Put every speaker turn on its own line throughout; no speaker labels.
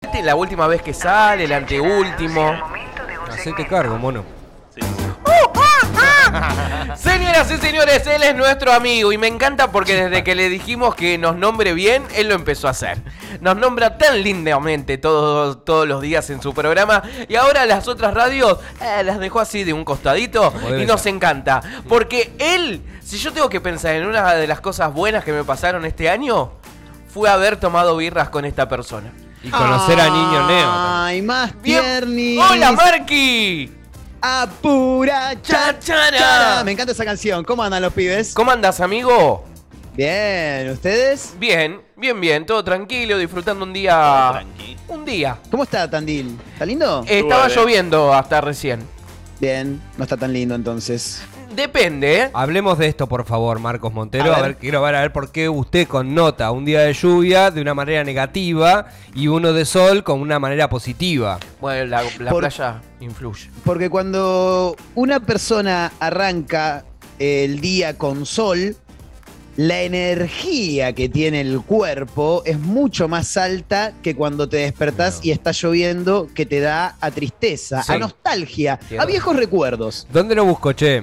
sale, Este la última vez que sale, el anteúltimo.
Hacete cargo, mono.
Señoras y señores, él es nuestro amigo y me encanta porque desde que le dijimos que nos nombre bien, él lo empezó a hacer. Nos nombra tan lindamente todos, todos los días en su programa y ahora las otras radios eh, las dejó así de un costadito
Como debe
y nos
ser.
encanta. Porque él, si yo tengo que pensar en una de las cosas buenas que me pasaron este año, fue haber tomado birras con esta persona.
Ah.
Y conocer a Niño Neo.
Ay, más
Bien.
tiernis.
¡Hola, Marky!
Apura
Chachara.
chachara. Me encanta esa canción. ¿Cómo andan los pibes?
¿Cómo andas, amigo?
Bien, ¿ustedes?
Bien, bien, bien, todo tranquilo, disfrutando un día.
Tranqui.
Un día.
¿Cómo está Tandil? ¿Está lindo?
Eh, estaba
bien.
lloviendo hasta recién.
Bien, no está tan lindo entonces.
Depende, ¿eh?
Hablemos de esto, por favor, Marcos Montero.
A
A
ver.
ver, quiero ver a ver por qué usted connota un día de lluvia de una manera negativa y uno de sol con una manera positiva.
Bueno, la, la
Por-
playa influye.
Porque cuando una persona arranca el día con sol, la energía que tiene el cuerpo es mucho más alta que cuando te despertás
No.
y está lloviendo, que te da a tristeza,
Sí.
a nostalgia,
Cierto.
a viejos recuerdos.
¿Dónde lo busco, che?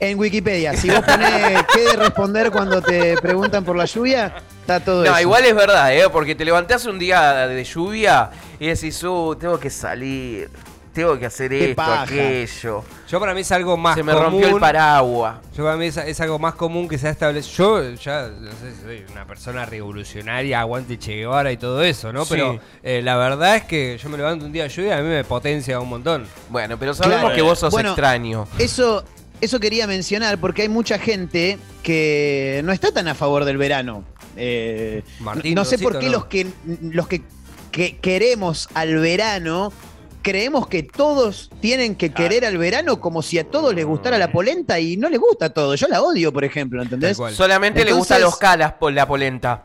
En Wikipedia, si vos ponés qué responder cuando te preguntan por la lluvia, está todo
No,
eso.
igual es verdad, ¿eh? Porque te levantás un día de lluvia y decís, uh, tengo que salir, tengo que hacer
Qué
esto,
paja.
aquello.
Yo para mí es algo más
Se me
común.
rompió el paraguas.
Yo para mí es, es algo más común que se ha establecido. Yo ya no sé, soy una persona revolucionaria, aguante Che Guevara y todo eso, ¿no?
Sí.
Pero eh, la verdad es que yo me levanto un día de lluvia y a mí me potencia un montón.
Bueno, pero sabemos
Claro.
que vos sos
Bueno,
extraño.
Eso, eso quería mencionar porque hay mucha gente que no está tan a favor del verano. Eh,
Martín,
no sé por
Rosito,
qué
no.
los que los que, que queremos al verano creemos que todos tienen que querer al verano como si a todos les gustara la polenta y no les gusta todo. Yo la odio, por ejemplo, ¿entendés?
Tal cual.
Solamente le gusta a los
Entonces-
calas por la polenta.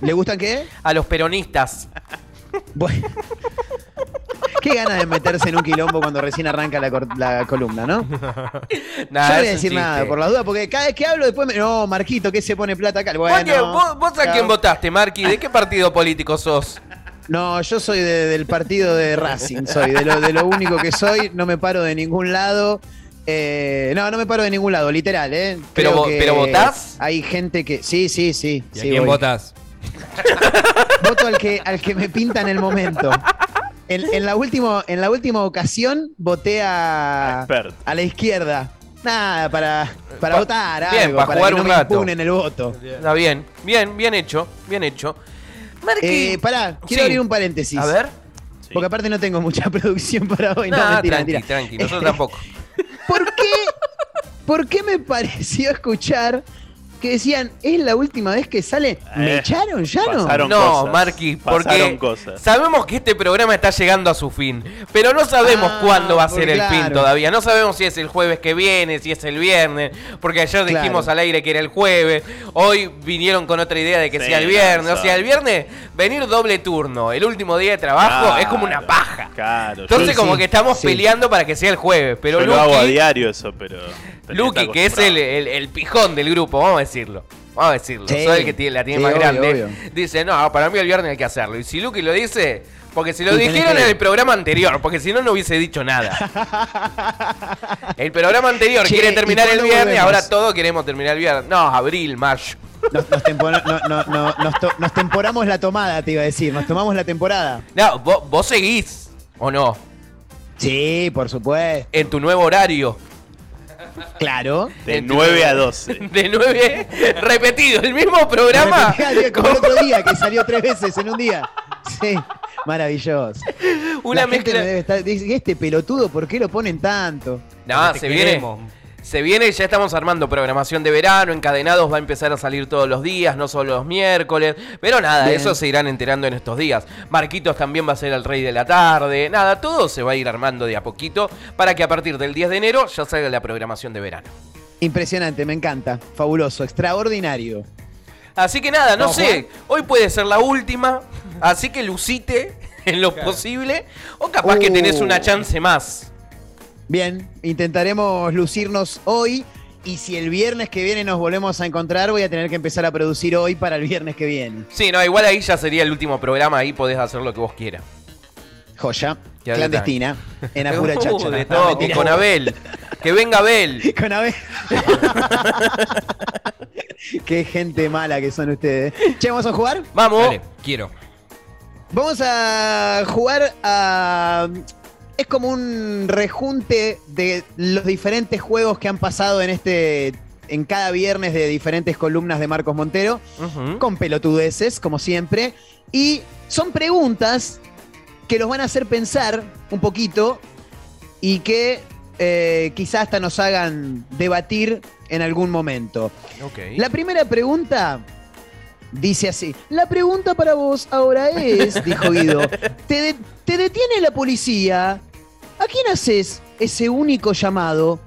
¿Le gustan qué?
A los peronistas.
Bueno. Qué ganas de meterse en un quilombo cuando recién arranca la, cor- la columna, ¿no?
Nada,
Yo no
Ah, es
voy a
un
decir nada,
chiste.
por las dudas, porque cada vez que hablo después me. No, Marquito, ¿qué se pone plata acá? Bueno,
¿Vos, quién- vos- vos a
chao.
quién votaste, Marqui? ¿De qué partido político sos?
No, yo soy de- del partido de Racing, soy de lo, de lo único que soy, no me paro de ningún lado. Eh, no, no me paro de ningún lado, literal, ¿eh?
Pero
Creo
vo-
que
pero votás?
Hay gente que. Sí, sí, sí.
¿Y a
sí,
quién
voy.
votas?
Voto al que, al que me pinta en el momento. En, en la último, en la última ocasión voté a.
Expert.
a la izquierda. Nada, para, para
Pa-
votar,
bien,
algo,
pa'
para
jugar
que no
un
me
rato.
impugnen el voto.
Está bien, bien, bien hecho, bien hecho. Marqui,
Eh, pará, quiero
Sí.
abrir un paréntesis.
a ver.
Sí.
Porque aparte no tengo mucha producción para hoy. No,
Nah,
mentira,
tranqui,
mentira. Eh,
tranqui, nosotros tampoco.
¿Por qué, ¿Por qué me pareció escuchar que decían, es la última vez que sale? ¿Me
Eh,
echaron ya no?
pasaron.
No,
cosas,
Marqui, porque
pasaron cosas.
sabemos que este programa está llegando a su fin, pero no sabemos
Ah,
cuándo va a
porque
ser el fin
claro.
todavía. No sabemos si es el jueves que viene, si es el viernes, porque ayer
Claro.
dijimos al aire que era el jueves. Hoy vinieron con otra idea de que
Sí,
sea el
no
viernes. o
sabe.
sea, el viernes venir doble turno, el último día de trabajo es como una
Claro,
paja.
Claro.
Entonces
Sí,
como
sí,
que estamos
sí.
peleando para que sea el jueves,
yo,
pero
yo lo hago a
Luqui-
diario eso, pero. pero
Lucky,
está
que es el, eh, el- el pijón del grupo, vamos a decirlo. Vamos a decirlo.
Sí.
Soy el que tiene- la tiene
Sí,
más
obvio,
grande.
obvio.
Dice, no, para mí el viernes hay que hacerlo. Y si Lucky lo dice, porque si lo
Y tenés
dijeron
que-
en el programa anterior, porque si no, no hubiese dicho nada. el programa anterior
Che,
quiere
¿y
terminar el
cuándo
viernes,
volvemos?
ahora todos queremos terminar el viernes. No, abril, mayo.
Nos, nos tempora- no- no- no- nos to- nos temporamos la tomada, te iba a decir. Nos tomamos la temporada.
No, vos, vos seguís, ¿o no?
Sí, por supuesto.
En tu nuevo horario.
Claro.
De 9 a 12.
De 9, repetido, el mismo programa.
Repetí al día Como el otro día, que salió tres veces en un día. Sí, maravilloso.
Una
La gente
mezcla-
me debe estar- dice, este pelotudo, ¿por qué lo ponen tanto?
No,
Te
se
queremos.
viene. Se viene, ya estamos armando programación de verano, encadenados va a empezar a salir todos los días, no solo los miércoles, pero nada,
Bien.
eso se irán enterando en estos días. Marquitos también va a ser el rey de la tarde, nada, todo se va a ir armando de a poquito para que a partir del 10 de enero ya salga la programación de verano.
Impresionante, me encanta. Fabuloso, extraordinario.
Así que nada, no
No,
sé, hoy puede ser la última, así que lucite en lo posible, o capaz que tenés
Uh.
una chance más.
Bien, intentaremos lucirnos hoy Y si el viernes que viene nos volvemos a encontrar, voy a tener que empezar a producir hoy para el viernes que viene.
Sí, no, igual ahí ya sería el último programa, ahí podés hacer lo que vos quieras.
Joya,
Ya
clandestina, en apura
Uh,
chacha.
de
No,
todo,
mentira.
con Abel. Que venga Abel.
Con Abel. Qué gente mala que son ustedes. Che, ¿vamos a jugar?
Vamos.
Dale, quiero.
Vamos a jugar a. Es como un rejunte de los diferentes juegos que han pasado en este. en cada viernes de diferentes columnas de Marcos Montero.
Ujú.
Con pelotudeces, como siempre. Y son preguntas que los van a hacer pensar un poquito y que eh, quizás hasta nos hagan debatir en algún momento.
Ok.
La primera pregunta dice así. La pregunta para vos ahora es, dijo Guido, te, de- te detiene la policía. ¿A quién haces ese único llamado?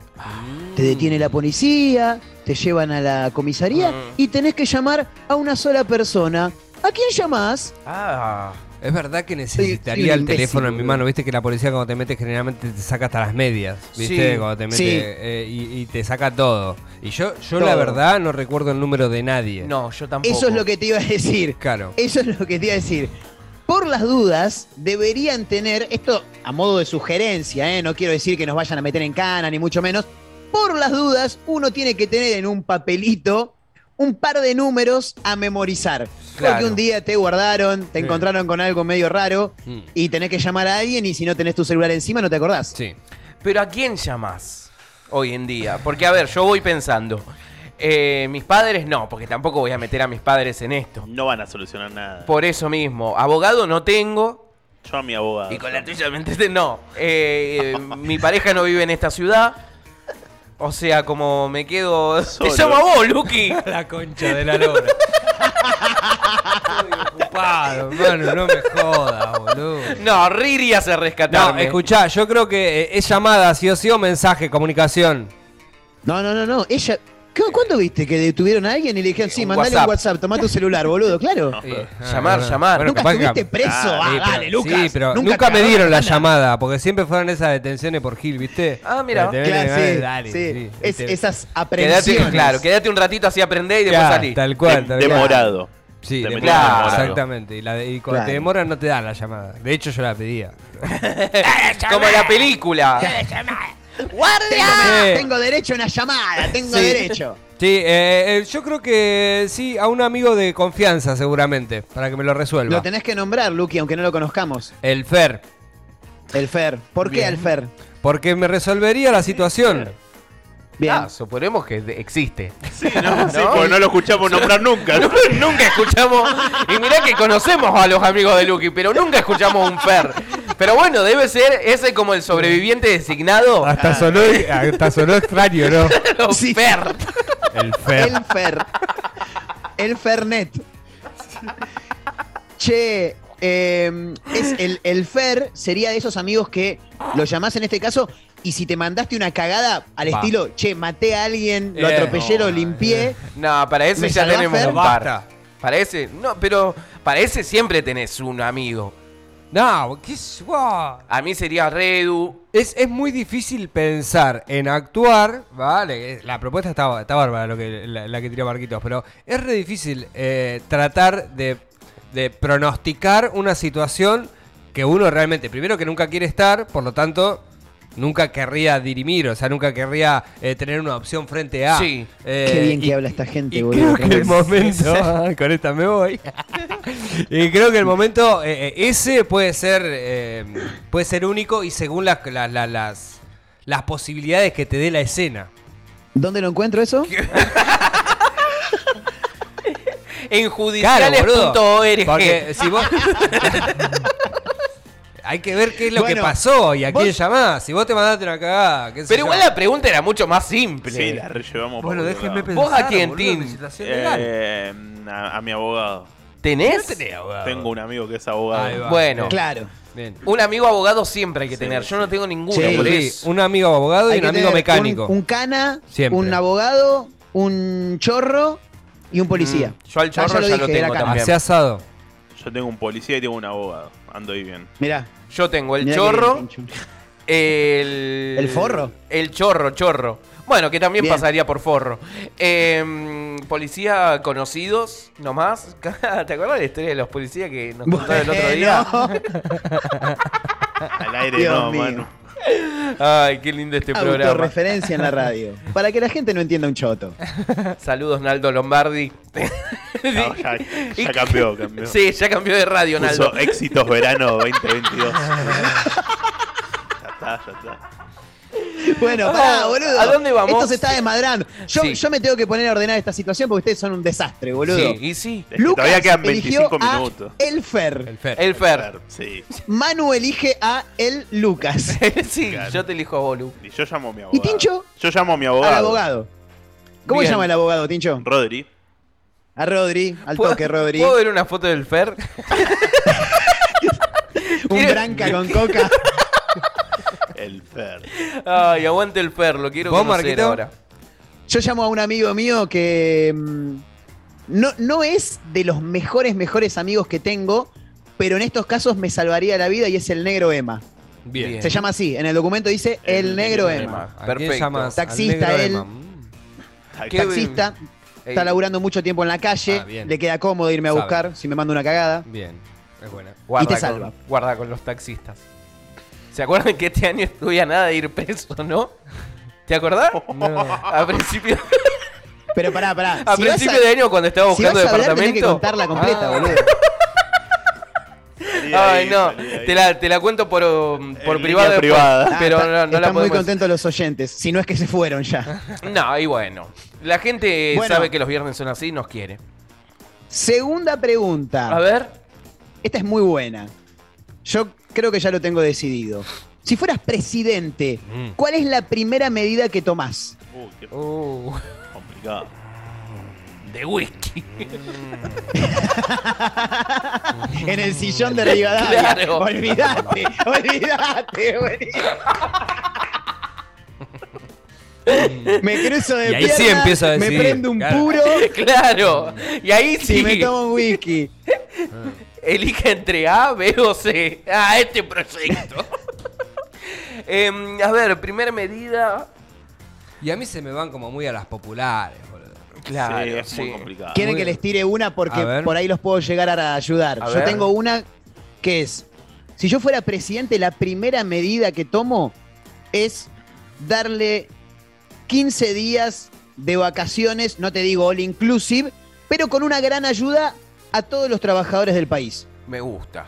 Te detiene la policía, te llevan a la comisaría
Mm.
y tenés que llamar a una sola persona. ¿A quién llamás?
Ah.
Es verdad que
soy
necesitaría
un
el teléfono en mi
imbécil,
mano. Viste que la policía cuando te metes generalmente te saca hasta las medias. Viste,
Sí,
cuando te mete
sí.
eh, y, y te saca todo. Y yo, yo la
Todo.
verdad no recuerdo el número de nadie.
No, yo tampoco.
Eso es lo que te iba a decir.
Claro.
Eso es lo que te iba a decir. Por las dudas, deberían tener, esto a modo de sugerencia, ¿eh? no quiero decir que nos vayan a meter en cana, ni mucho menos. Por las dudas, uno tiene que tener en un papelito un par de números a memorizar.
Claro.
Porque un día te guardaron, te
Sí.
encontraron con algo medio raro
Hmm.
Mm.
y tenés que llamar a alguien y si no tenés tu celular encima no te acordás.
Sí.
Pero ¿a quién llamás hoy en día? Porque, a ver, yo voy pensando. Eh, mis padres no, porque tampoco voy a meter a mis padres en esto.
No van a solucionar nada.
Por eso mismo, abogado no tengo.
Yo a mi abogado.
Y con la tuya, ¿me entendés? No. Eh, mi pareja no vive en esta ciudad. O sea, como me quedo.
Solo.
Te llamo a vos, Lucky.
La concha de la lora. Estoy ocupado, Ah, hermano, no me jodas, boludo.
No, reirías a rescatarme.
No, escuchá, yo creo que eh, es llamada, sí o sí, o mensaje, comunicación.
No, no, no, no. Ella. ¿Cu- ¿Cuándo viste que detuvieron a alguien y le dijeron, sí,
Eh, Un
mandale
WhatsApp.
un WhatsApp, tomá tu celular, boludo? Claro.
Eh,
Llamar,
ah,
llamar.
bueno,
Nunca
capaz que-
estuviste preso.
Ah,
ah,
Sí, pero-
dale, Lucas.
Sí, pero nunca,
te
me dieron la
agarraron,
llamada, porque siempre fueron esas detenciones por Gil, ¿viste?
Ah, mira.
La detención,
Claro, sí,
dale,
sí.
sí, Este,
Es-
viste.
esas
Quédate,
aprehensiones.
claro, quédate un ratito así aprendés y después
Claro,
salís.
Tal cual, tal
De-
cual.
demorado.
Sí,
Te
demorado,
metieron
demorado.
exactamente. Y, la de- y cuando
Claro.
te demoran no te dan la llamada. De hecho, yo la pedía.
Eh, Como la película. Eh,
Tengo,
Sí.
tengo derecho a una llamada, tengo
Sí.
derecho.
Sí, eh, eh, yo creo que sí, a un amigo de confianza seguramente, para que me lo resuelva.
Lo tenés que nombrar, Luqui, aunque no lo conozcamos.
El Fer,
El Fer. ¿Por qué
Bien.
el Fer?
porque me resolvería la situación.
Bien.
Ah, suponemos que de- existe.
Sí, ¿no? Sí,
Ah, ¿No?
porque no lo escuchamos nombrar nunca. ¿no?
nunca escuchamos. Y mirá que conocemos a los amigos de Lucky, pero nunca escuchamos un Fer. Pero bueno, debe ser ese como el sobreviviente designado.
Hasta, sonó, hasta sonó extraño, ¿no?
Los
Sí.
Fer.
El Fer.
El Fer. El Fernet. Che, eh, es el, el Fer sería de esos amigos que lo llamás en este caso y si te mandaste una cagada al
Va.
estilo, che, maté a alguien, lo
Eh,
atropellé, lo
no,
limpié.
eh.
No, para ese
¿Me
ya
salvás,
tenemos
Fer?
un par.
Basta.
Para ese, no, pero para ese siempre tenés un amigo.
No, qué suave.
A mí sería Redu.
Es, es muy difícil pensar en actuar, ¿vale? Eh, La propuesta está, está bárbara lo que, la, la que tiró Marquitos, pero es re difícil eh, tratar de, de pronosticar una situación que uno realmente, primero que nunca quiere estar, por lo tanto, nunca querría dirimir, o sea, nunca querría eh, tener una opción frente a...
Sí.
Eh,
Qué bien
y-
que habla esta gente,
y
boludo.
creo que el momento. Ah, con esta me voy. y creo que el momento eh, eh, ese puede ser eh, puede ser único y según las, la- la- las, las posibilidades que te dé la escena.
¿Dónde lo encuentro eso?
En
boludo,
judiciales.org.
Porque si vos. Hay que ver qué es lo que
Bueno,
pasó y a
vos-
quién llamás. Si vos te mandaste una cagada. qué sé
Pero
yo.
igual la pregunta era mucho más simple.
Sí, la rellevamos
Bueno,
por otro
déjenme
lado.
pensar.
Vos a quién,
boludo, mi
Tim.
situación legal.
Eh, a, a mi abogado.
¿Tenés?
Tengo un amigo que es abogado.
Ahí va.
Bueno,
Claro.
Bien.
un amigo abogado siempre hay que
Sí,
tener. Yo
sí.
no tengo ninguno.
Sí.
por
Sí,
eso.
un amigo abogado y
Hay
un
que
amigo
tener
mecánico.
Un, un cana,
Siempre.
un abogado, un chorro y un policía. Ah,
Mm, yo al
ya
chorro
lo
ya lo
dije, era
tengo
cana.
también.
Hacé asado.
Yo tengo un policía y tengo un abogado. Ando ahí bien.
Mirá.
Yo tengo el
mirá que
chorro,
bien, Tinchu.
el...
¿El forro?
El chorro, chorro. Bueno, que también
Bien.
pasaría por forro. Eh, policía conocidos, nomás. ¿Te acuerdas la historia de los policías que nos contaron el otro día?
Bueno,
Al aire
Dios
no,
mío.
mano.
Ay, qué lindo este programa.
Autorreferencia en la radio. Para que la gente no entienda un choto.
Saludos, Naldo Lombardi.
No, ya, ya cambió, cambió.
Sí, ya cambió de radio, Naldo.
Puso éxitos verano 2022. ya está, ya está.
Bueno,
Ah,
pará, boludo.
¿a dónde vamos?
Esto se está desmadrando. Yo,
Sí.
yo me tengo que poner a ordenar esta situación porque ustedes son un desastre, boludo.
Sí, y sí.
Es que todavía quedan
eligió
25
a
minutos.
El Fer.
El Fer.
El Fer.
Sí.
Manu elige a el Lucas.
sí,
Claro.
yo te elijo a Bolu.
Y yo llamo a mi abogado.
Tincho?
Yo llamo a mi abogado.
Al abogado. ¿Cómo
Bien.
se llama el abogado, Tincho?
Rodri.
A Rodri. Al
¿Puedo-
toque, Rodri.
¿Puedo ver una foto del Fer?
Un
quiero-
branca con coca.
El Fer.
Ay, aguante el Fer, lo quiero
¿Vos,
conocer
Marquito?
ahora.
Yo llamo a un amigo mío que mm, no, no es de los mejores, mejores amigos que tengo, pero en estos casos me salvaría la vida y es el negro Emma.
Bien.
Bien.
Se llama así, en el documento dice el, negro Emma.
Emma.
¿A quién
Perfecto.
llamas? Al
Taxista,
negro
él.
Emma. Mm.
Qué
Taxista,
Ey,
está laburando mucho tiempo en la calle,
Ah, bien.
le queda cómodo irme a
Sabe.
buscar si me manda una cagada.
Bien. Es buena.
guarda
y te
con-
salva.
guarda con los taxistas. ¿Se acuerdan que este año estudia nada de ir preso, no? ¿Te acordás?
No.
A principio,
Pero pará, pará.
a
si vas
principio de año cuando estaba
si
buscando
vas a hablar, tenés que
departamento.
contarla completa,
Ah.
boludo.
Ay, no. Te la, te la cuento por, um, por
En
privado. después,
línea privada.
Pero
Ah,
no, no
están
la
muy
podemos.
contentos los oyentes, si no es que se fueron ya.
No, y bueno. La gente
Bueno.
sabe que los viernes son así y nos quiere.
Segunda pregunta.
A ver.
Esta es muy buena. Yo creo que ya lo tengo decidido. Si fueras presidente,
Mm.
¿cuál es la primera medida que tomás?
Uy, qué
Uh,
complicado.
De whisky.
En el sillón de Rivadavia.
Claro.
Olvídate, olvídate, boludo. Me cruzo de
Y ahí sí
pierna,
empiezo a
me
decidir,
prendo un
claro.
puro
claro. Y ahí sí.
y me tomo un whisky.
Elija entre A, B o C. Ah, este proyecto. Em, a ver, primera medida.
y a mí se me van como muy a las populares, boludo.
Claro,
sí, es muy
sí.
complicado.
¿Quieren
Ah, Muy
que
bien.
les tire una?
A
Porque
ver.
por ahí los puedo llegar a ayudar.
A
yo
ver.
tengo una que es, si yo fuera presidente, la primera medida que tomo es darle 15 días de vacaciones, no te digo all inclusive, pero con una gran ayuda a todos los trabajadores del país.
Me gusta.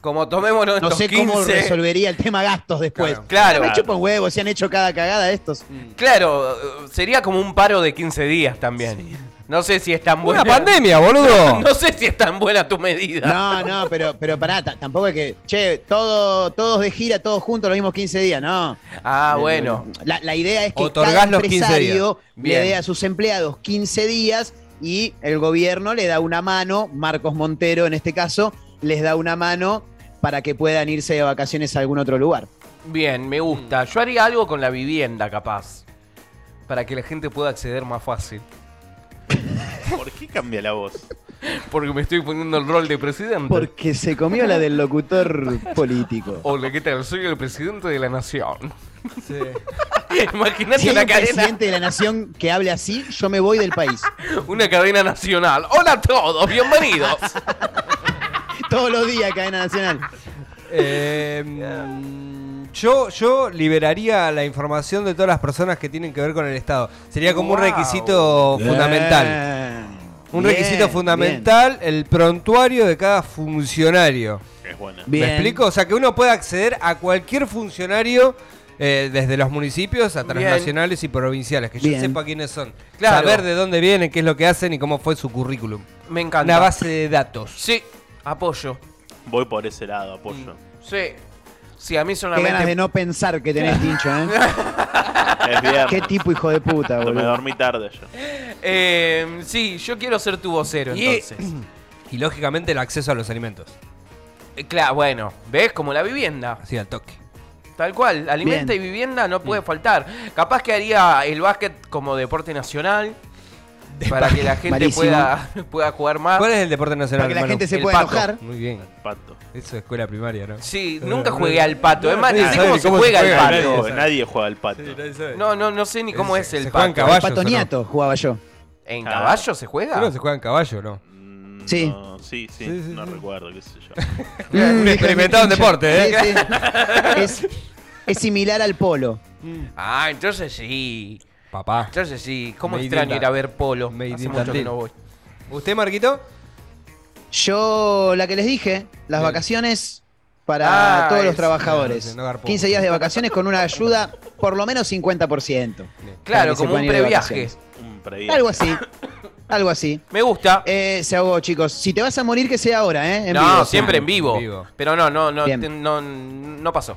Como tomémonos
No
estos
sé
15.
cómo resolvería el tema gastos después.
Claro.
Claro.
Me chupan huevos, se han hecho cada cagada estos.
Claro, eh, sería como un paro de 15 días también. No sé si es tan buena.
Una pandemia, boludo.
No sé si es tan buena tu medida.
No, no, pero, pero pará, ta- tampoco es que, che, todo, todos de gira, todos juntos los mismos 15 días, no.
Ah, bueno.
Eh, La, la idea es que
Otorgás
cada
los 15 días.
empresario
Bien.
le dé a sus empleados 15 días y el gobierno le da una mano, Marcos Montero en este caso, les da una mano para que puedan irse de vacaciones a algún otro lugar.
Bien, me gusta.
Mm.
Yo haría algo con la vivienda, capaz. Para que la gente pueda acceder más fácil.
¿Por qué cambia la voz?
Porque me estoy poniendo el rol de presidente.
Porque se comió la del locutor político.
Hola, ¿qué tal? Soy el presidente de la nación.
Sí.
Imagínate
Si hay
una
un
cadena,
presidente de la nación que hable así, yo me voy del país.
una cadena nacional. Hola a todos, bienvenidos.
Todos los días, cadena nacional.
Eh, mm, yo, yo liberaría la información de todas las personas que tienen que ver con el Estado. Sería como un
Wow.
requisito Oh, fundamental. Un
Bien,
requisito fundamental, el prontuario de cada funcionario.
Es buena.
bien, bien.
¿Me explico? O sea, que uno pueda acceder a cualquier funcionario eh, desde los municipios hasta
Bien.
los nacionales y provinciales, que yo
Bien.
sepa quiénes son.
Claro.
Saber de dónde vienen, qué es lo que hacen y cómo fue su currículum.
Me encanta.
Una base de datos.
Sí, apoyo.
Voy por ese lado, apoyo.
Sí. Sí, a mí
Qué ganas de
solamente.
no pensar que tenés, Tincho, ¿eh?
Es bien.
Qué tipo hijo de puta,
Me
boludo.
dormí tarde yo.
Eh, sí, yo quiero ser tu vocero
Y-
entonces.
Y lógicamente el acceso a los alimentos.
Eh, Claro, bueno, ¿ves? Como la vivienda.
Así al toque.
Tal cual, alimenta
Bien. Mm.
y vivienda no puede faltar. Capaz que haría el básquet como deporte nacional. para que la gente
Malísimo.
pueda, pueda jugar más.
¿Cuál es el deporte nacional?
Ah. Para que la
hermano?
gente se
el
pueda
pato.
enojar.
Muy bien.
Pato.
Eso es escuela primaria, ¿no?
Sí,
Pero
nunca
no-
jugué al pato. Es más, ni
Nadie
sé
sabe
cómo
ni
se
cómo se
juega el
juega,
pato.
Nadie,
sabe.
nadie juega al pato.
No, no, no sé ni cómo es,
Se-
el
se juegan
pato.
caballos, ¿o no?
Patoniato jugaba yo.
¿En
Ah.
caballo se juega?
Creo que se juega en caballo, ¿no?
Mm,
Sí.
no, sí, sí,
Sí, sí,
no
sí.
recuerdo, qué sé yo.
Un
Mm,
experimentado en
hija de
deporte, ¿eh?
mil pinchas. Sí, sí. Es, es similar al polo.
Ah, entonces sí.
Papá.
Entonces sí. ¿Cómo
Made in
extraño
Lan-
ir a ver polo?
Made
Hace
in
mucho que
Tandil.
no voy.
¿Usted, Marquito?
Yo, la que les dije, las
Bien.
vacaciones para
Ah,
todos los
es-
no,
trabajadores.
no, no garpó.
15 días de vacaciones con una ayuda por lo menos 50%. Para
Claro,
que se
como
puedan
un
ir de
previaje.
vacaciones.
Un previo.
Algo así. Algo así.
Me gusta.
Eh, se ahogó, chicos. Si te vas a morir, que sea ahora, ¿eh? En
no,
vivo.
siempre en vivo.
En vivo.
Pero no, no, no,
Bien.
te- no, no pasó.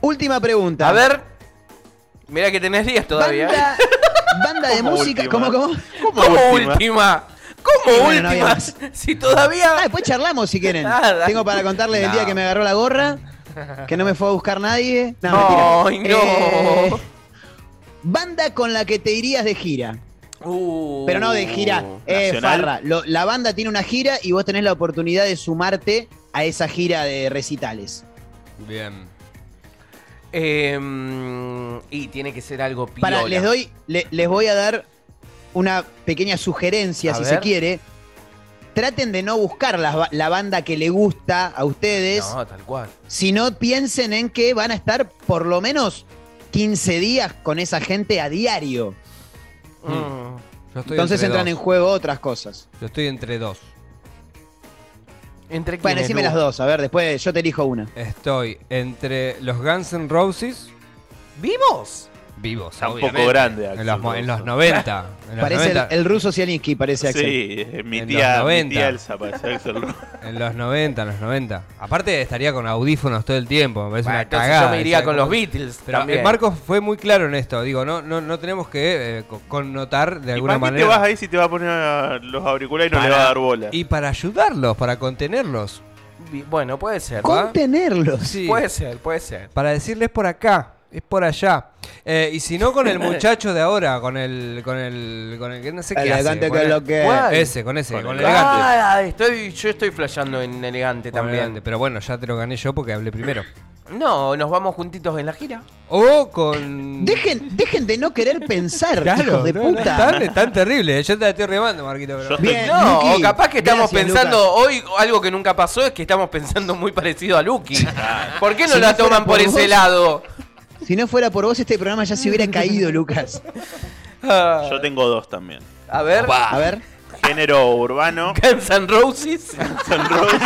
Última pregunta.
A ver. Mira que tenés días todavía. ¿eh?
Banda, banda de
¿Cómo
música.
última?
¿Cómo, cómo?
¿Cómo, última?
última?
¿Cómo
Y bueno, no había
última?
más.
si todavía.
Ah, después charlamos si quieren.
Nada.
Tengo para contarles el día
Ah, No.
que me agarró la gorra, que no me fue a buscar nadie.
No,
mentira. Eh,
y no.
banda con la que te irías de gira.
Uh,
pues. Pero no de gira, eh,
nacional.
farra. Lo- la banda tiene una gira y vos tenés la oportunidad de sumarte a esa gira de recitales.
Bien.
em, y tiene que ser algo piola.
Para, les doy, le- les voy a dar una pequeña sugerencia,
A
si
ver.
se quiere. Traten de no buscar la, ba- la banda que le gusta a ustedes.
No, tal cual.
si no piensen en que van a estar por lo menos 15 días con esa gente a diario.
Mm.
Yo estoy
Entonces
entre
entran
dos.
en juego otras cosas.
Yo estoy entre dos.
Entre
Bueno,
quiénes,
decime
Lu?
las dos, a ver, después yo te elijo una.
Estoy entre los Guns N' Roses
¿Vivos?
vivos,
Está un poco
obviamente.
grande,
En
Axel
los, mo-
Rose.
en los 90. En los,
Parece el,
90
el ruso Zielinski, parece Axel.
Sí, eh, mi
En los
tía, mi
90.
tía Elsa, parece Axel Rose.
en los 90, en los 90. Aparte estaría con audífonos todo el tiempo, me parece
Bueno,
una
entonces
cagada.
yo me iría
¿sabes?
con
Como-
los Beatles.
Pero
también.
eh, Marcos fue muy claro en esto, digo, no no no tenemos que eh, co- connotar de
¿Y
alguna
para qué te vas
manera
ahí si te va a poner a- los auriculares y no le
Para-
va a dar bola?
y para ayudarlos, para contenerlos.
Bi- Bueno, puede ser. ¿va?
Contenerlos.
Sí.
Puede ser, puede ser.
para decirles por acá, es por allá. Eh, y si no con el muchacho de ahora, con el con el con el que no sé qué hace,
Elegante
con
que
el-
lo que.
Guay.
ese, con ese,
Con
con,
el-
el elegante.
Ah, estoy, yo estoy flasheando en elegante
Con el
también.
elegante, Pero bueno, ya te lo gané yo porque hablé primero.
No, nos vamos juntitos en la gira.
O con
Dejen, dejen de no querer pensar,
Claro,
hijos de
no, no,
puta.
tan, tan terrible, ¿eh? yo te la estoy remando, Marquito, pero
Yo-
Bien,
no,
Luqui,
o capaz que estamos
Eh, gracias,
pensando
Lucas.
hoy algo que nunca pasó es que estamos pensando muy parecido a Lucky. ¿Por qué no
Si
la
no fuera
toman por,
por
ese
vos.
lado?
Si no fuera por vos, este programa ya se hubiera caído, Lucas.
Ah,
Yo tengo dos también.
a ver,
A ver.
Género urbano,
Guns N' Roses.
Axl Rose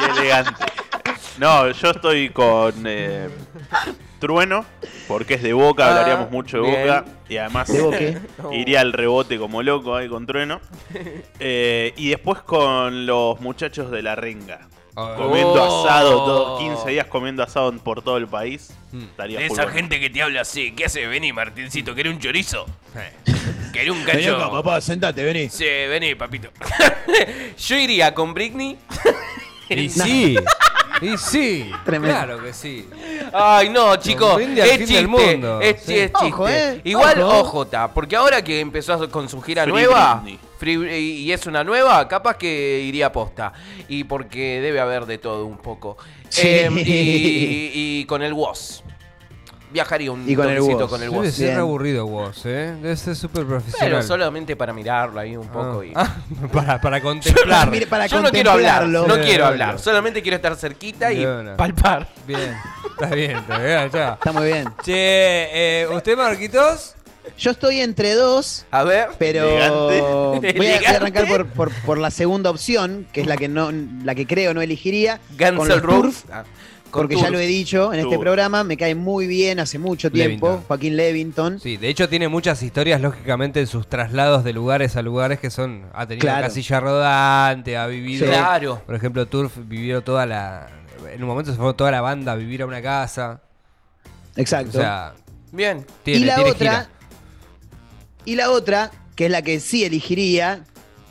y elegante. No, yo estoy con eh, Trueno, porque es de Boca,
Ah,
hablaríamos mucho de
bien.
Boca. Y además
De Boque.
iría al rebote como loco ahí con Trueno. Eh, y después con los muchachos de La Renga.
Ah.
Comiendo
Oh.
asado, todo, 15 días comiendo asado en- por todo el país.
Hmm.
Estaría full bueno.
que te habla así, ¿qué hace? Vení, Martincito, ¿querés un chorizo? ¿Querés un
papá, sentate, vení.
Sí, vení, papito. Yo iría con Britney.
y sí. Y sí,
Tremendo.
claro que sí.
Ay, no, chicos.
Con Britney al
Es
fin
chiste.
del mundo.
Es,
Sí.
es chiste.
Ojo, eh.
Igual,
Ojo.
ojo, ta, porque ahora que empezó con su gira
Free
nueva
Britney.
Free- y es una nueva, capaz que iría posta. Y porque debe haber de todo un poco.
Sí.
Em, y, y con el WOS. Viajaría un
Y con el
toquecito
Woz.
con el
Debe
WOS.
ser
Bien.
aburrido vos, ¿eh? Debe ser súper profesional.
Pero solamente para mirarlo ahí un poco. y-
Ah, para, para contemplar.
Mire, para
Yo no quiero hablar,
contemplarlo.
no
Bien,
quiero
bien.
hablar. Solamente quiero estar cerquita y
Bien, bien.
palpar.
Bien, está bien, está bien, ya.
Está muy bien.
Che, eh, ¿usted, Marquitos?
Yo estoy entre dos,
A ver.
pero voy a,
Elegante.
voy a
Elegante.
arrancar por, por- por la segunda opción, que es la que no, la que creo no elegiría.
Guns N'
con los
Roses.
Turf,
Ah, con
porque ya
Turf.
lo he dicho en este
Turf.
programa, me cae muy bien hace mucho tiempo,
Levington.
Joaquín Levington.
Sí, de hecho tiene muchas historias, lógicamente, en sus traslados de lugares a lugares que son... Ha tenido
Claro.
casilla rodante, ha vivido...
Sí.
Claro.
Por ejemplo, Turf vivió toda la... En un momento se fue toda la banda a vivir a una casa. O
Exacto.
sea,
Bien.
tiene,
y la
tiene
otra,
gira.
y la otra, que es la que sí elegiría,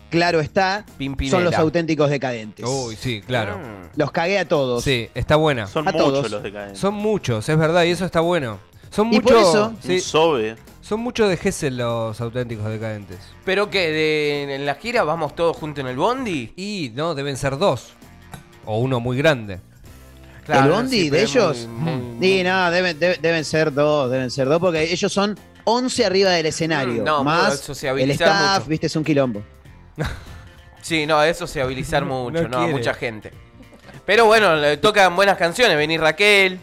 claro está,
Pimpinela.
son los auténticos decadentes.
Uy, sí, claro.
Mm.
Ah. Los cagué a todos.
Sí, está buena.
Son
A
muchos
todos.
los ¿eh? decadentes.
Son muchos, es verdad, y eso está bueno. Son
Y por
mucho,
eso-
sí,
Un sobe.
son mucho de Gessel los auténticos decadentes.
¿Pero qué? De, ¿En la gira vamos todos juntos en el bondi?
Y no, deben ser dos. O uno muy grande.
Claro,
¿El bondi
sí,
de
pero
ellos?
muy- muy-
Sí, no, deben, deben- deben ser dos, deben ser dos, porque ellos son 11 arriba del escenario.
Mm, no,
más
pero
el
sociabilizar
staff,
mucho.
viste, es un quilombo.
Sí, no, eso sociabilizar mucho,
no
no, a
quiere.
mucha gente. Pero bueno, le tocan buenas canciones, venir Raquel.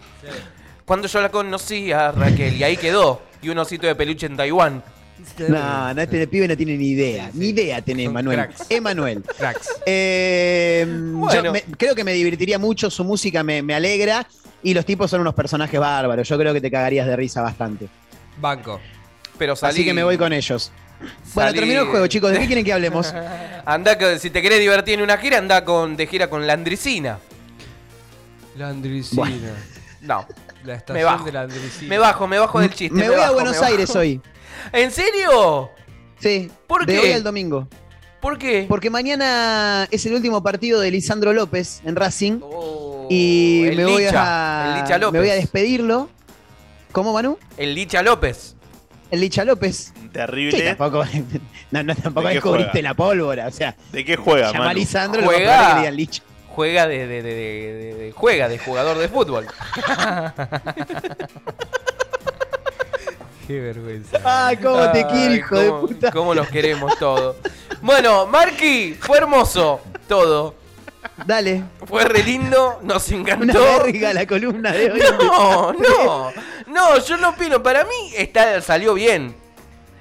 Cuando yo la conocí a Raquel y ahí quedó. Y un osito de peluche en Taiwán.
No, no, este pibe no tiene ni idea. Ni idea tiene
Son
Emanuel.
cracks.
Emanuel.
Cracks.
Eh,
Bueno.
yo me- creo que me divertiría mucho, su música me, me alegra y los tipos son unos personajes bárbaros. Yo creo que te cagarías de risa bastante.
Banco.
Pero salí.
Así que me voy con ellos. Bueno,
Salí-
terminó el juego, chicos. ¿De qué quieren que hablemos?
Andá, que- si te querés divertir en una gira, anda con, de gira con la Andricina.
La Andricina.
No,
La estación
me bajo.
de la Andricina.
Me bajo, me bajo del chiste.
me voy a
bajo,
Buenos
me bajo.
Aires hoy.
¿En serio?
Sí.
¿Por
de
qué?
hoy al domingo.
¿Por qué?
Porque mañana es el último partido de Lisandro López en Racing.
Oh,
y
el
me, voy
Licha, El
a,
Licha López.
me voy a despedirlo. ¿Cómo, Manu?
El Licha López.
El Licha López. Sí,
Terrible.
tampoco, no, no, tampoco
¿De qué
descubriste
juega?
la pólvora. O sea,
¿De qué juega,
llama a
Manu?
Lisandro y lo más
Juega.
probable es que le digan Licha.
Juega de, de- de- de- de- de- juega de jugador de fútbol.
Qué vergüenza.
Ah, cómo te quiero,
Ay,
hijo de
cómo-
puta.
Cómo los queremos todos. Bueno, Marky, fue hermoso todo.
Dale.
Fue re lindo, nos
Una
encantó.
verga la columna de hoy.
No, no, no, yo no opino. Para mí está, salió bien.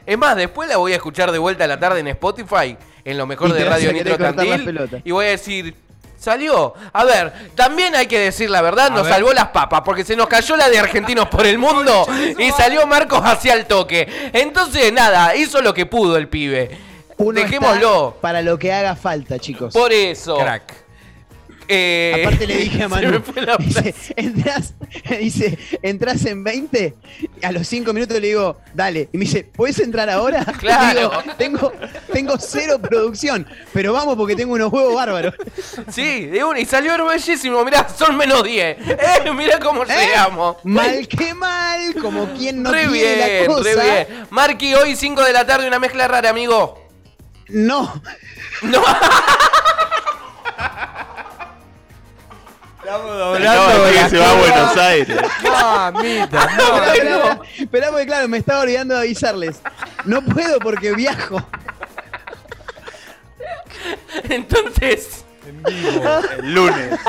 Es más, después la voy a escuchar de vuelta a la tarde en Spotify, en lo mejor
Y
de
te vas
Radio
a querer
Nitro
cortar las
Tandil.
pelotas.
Y voy a decir, salió. A ver, también hay que decir la verdad,
A
nos
ver.
salvó las papas, porque se nos cayó la de Argentinos por el mundo y salió Marcos hacia el toque. Entonces, nada, hizo lo que pudo el pibe.
Uno
Dejémoslo.
está para lo que haga falta, chicos.
Por eso.
Crack.
Eh,
Aparte le dije a
se
Manu,
me fue la
dice, entras, dice, entras en 20, a los 5 minutos le digo, dale. Y me dice, ¿puedes entrar ahora? Le
Claro.
digo, tengo, tengo cero producción, pero vamos porque tengo unos huevos bárbaros.
Sí, de una. Y salió bellísimo. Mirá, son menos 10. Eh, mirá cómo llegamos.
Mal que mal, como quien no
re
tiene
bien,
la cosa.
re bien. Marky, hoy 5 de la tarde, una mezcla rara, amigo.
No,
No,
Estamos
No, es que se va a Buenos Aires.
Mamita.
Esperá,
no,
esperá,
no.
esperá, porque claro, me estaba olvidando de avisarles. No puedo porque viajo.
Entonces,
En vivo.
El lunes.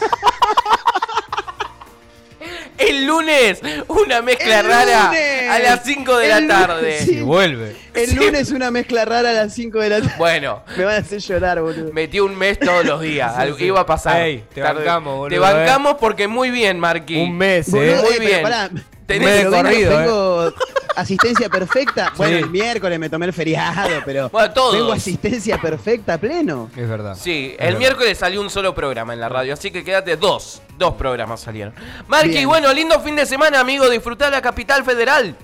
el lunes, una mezcla
El
rara
lunes.
a las 5 de
El
la
lunes,
tarde.
Y
sí.
vuelve.
El
Sí.
lunes una mezcla rara a las 5 de la tarde.
Bueno,
Me van a hacer llorar, boludo.
metió un mes todos los días.
Sí,
algo-
sí.
Iba a pasar.
Ey, te
Tarde.
bancamos, boludo, eh.
Te bancamos porque muy bien, Marky.
Un mes,
Boludo,
¿eh?
muy
eh, pero
bien.
pará,
Tenés eh.
pero
el
vengo-
corrido,
tengo asistencia perfecta. Bueno,
Sí.
el miércoles me tomé el feriado, pero
Bueno, todos.
tengo asistencia perfecta a pleno.
Es verdad.
Sí,
Es
el
verdad.
miércoles salió un solo programa en la radio, así que quédate dos. Dos programas salieron. Marqui,
Bien.
bueno, lindo fin de semana, amigo. Disfrutá la capital federal.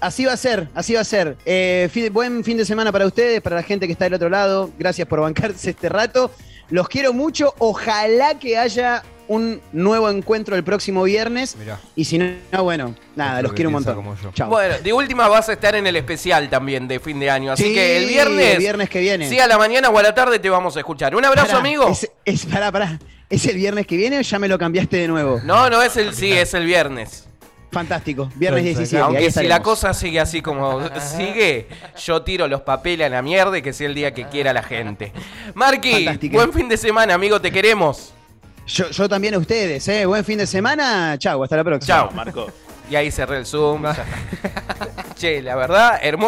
Así va a ser, así va a ser. Eh, fin- buen fin de semana para ustedes, para la gente que está del otro lado. Gracias por bancarse este rato. Los quiero mucho. Ojalá que haya un nuevo encuentro el próximo viernes.
Mirá.
Y si no, bueno, nada,
Otro
los
que
quiero un
piensa
montón.
como yo.
Chao.
Bueno, de última vas a estar en el especial también de fin de año. Así
Sí,
que el viernes.
el viernes que viene.
Sí, a la mañana o a la tarde te vamos a escuchar. Un abrazo,
Pará,
amigo.
Es, es, pará, pará. ¿Es el viernes que viene o ya me lo cambiaste de nuevo?
No, no es el sí, es el viernes.
Fantástico. Viernes
Pensé que-
17. ahí
Aunque si
estaremos.
la cosa sigue así como sigue, yo tiro los papeles a la mierda y que sea el día que quiera la gente. Marqui,
Fantástica.
buen fin de semana, amigo, te queremos.
Yo, yo también a ustedes, ¿eh? Buen fin de semana. Chau, hasta la próxima.
Chao.
Marco.
Y ahí cerré el Zoom. che, la verdad, hermoso.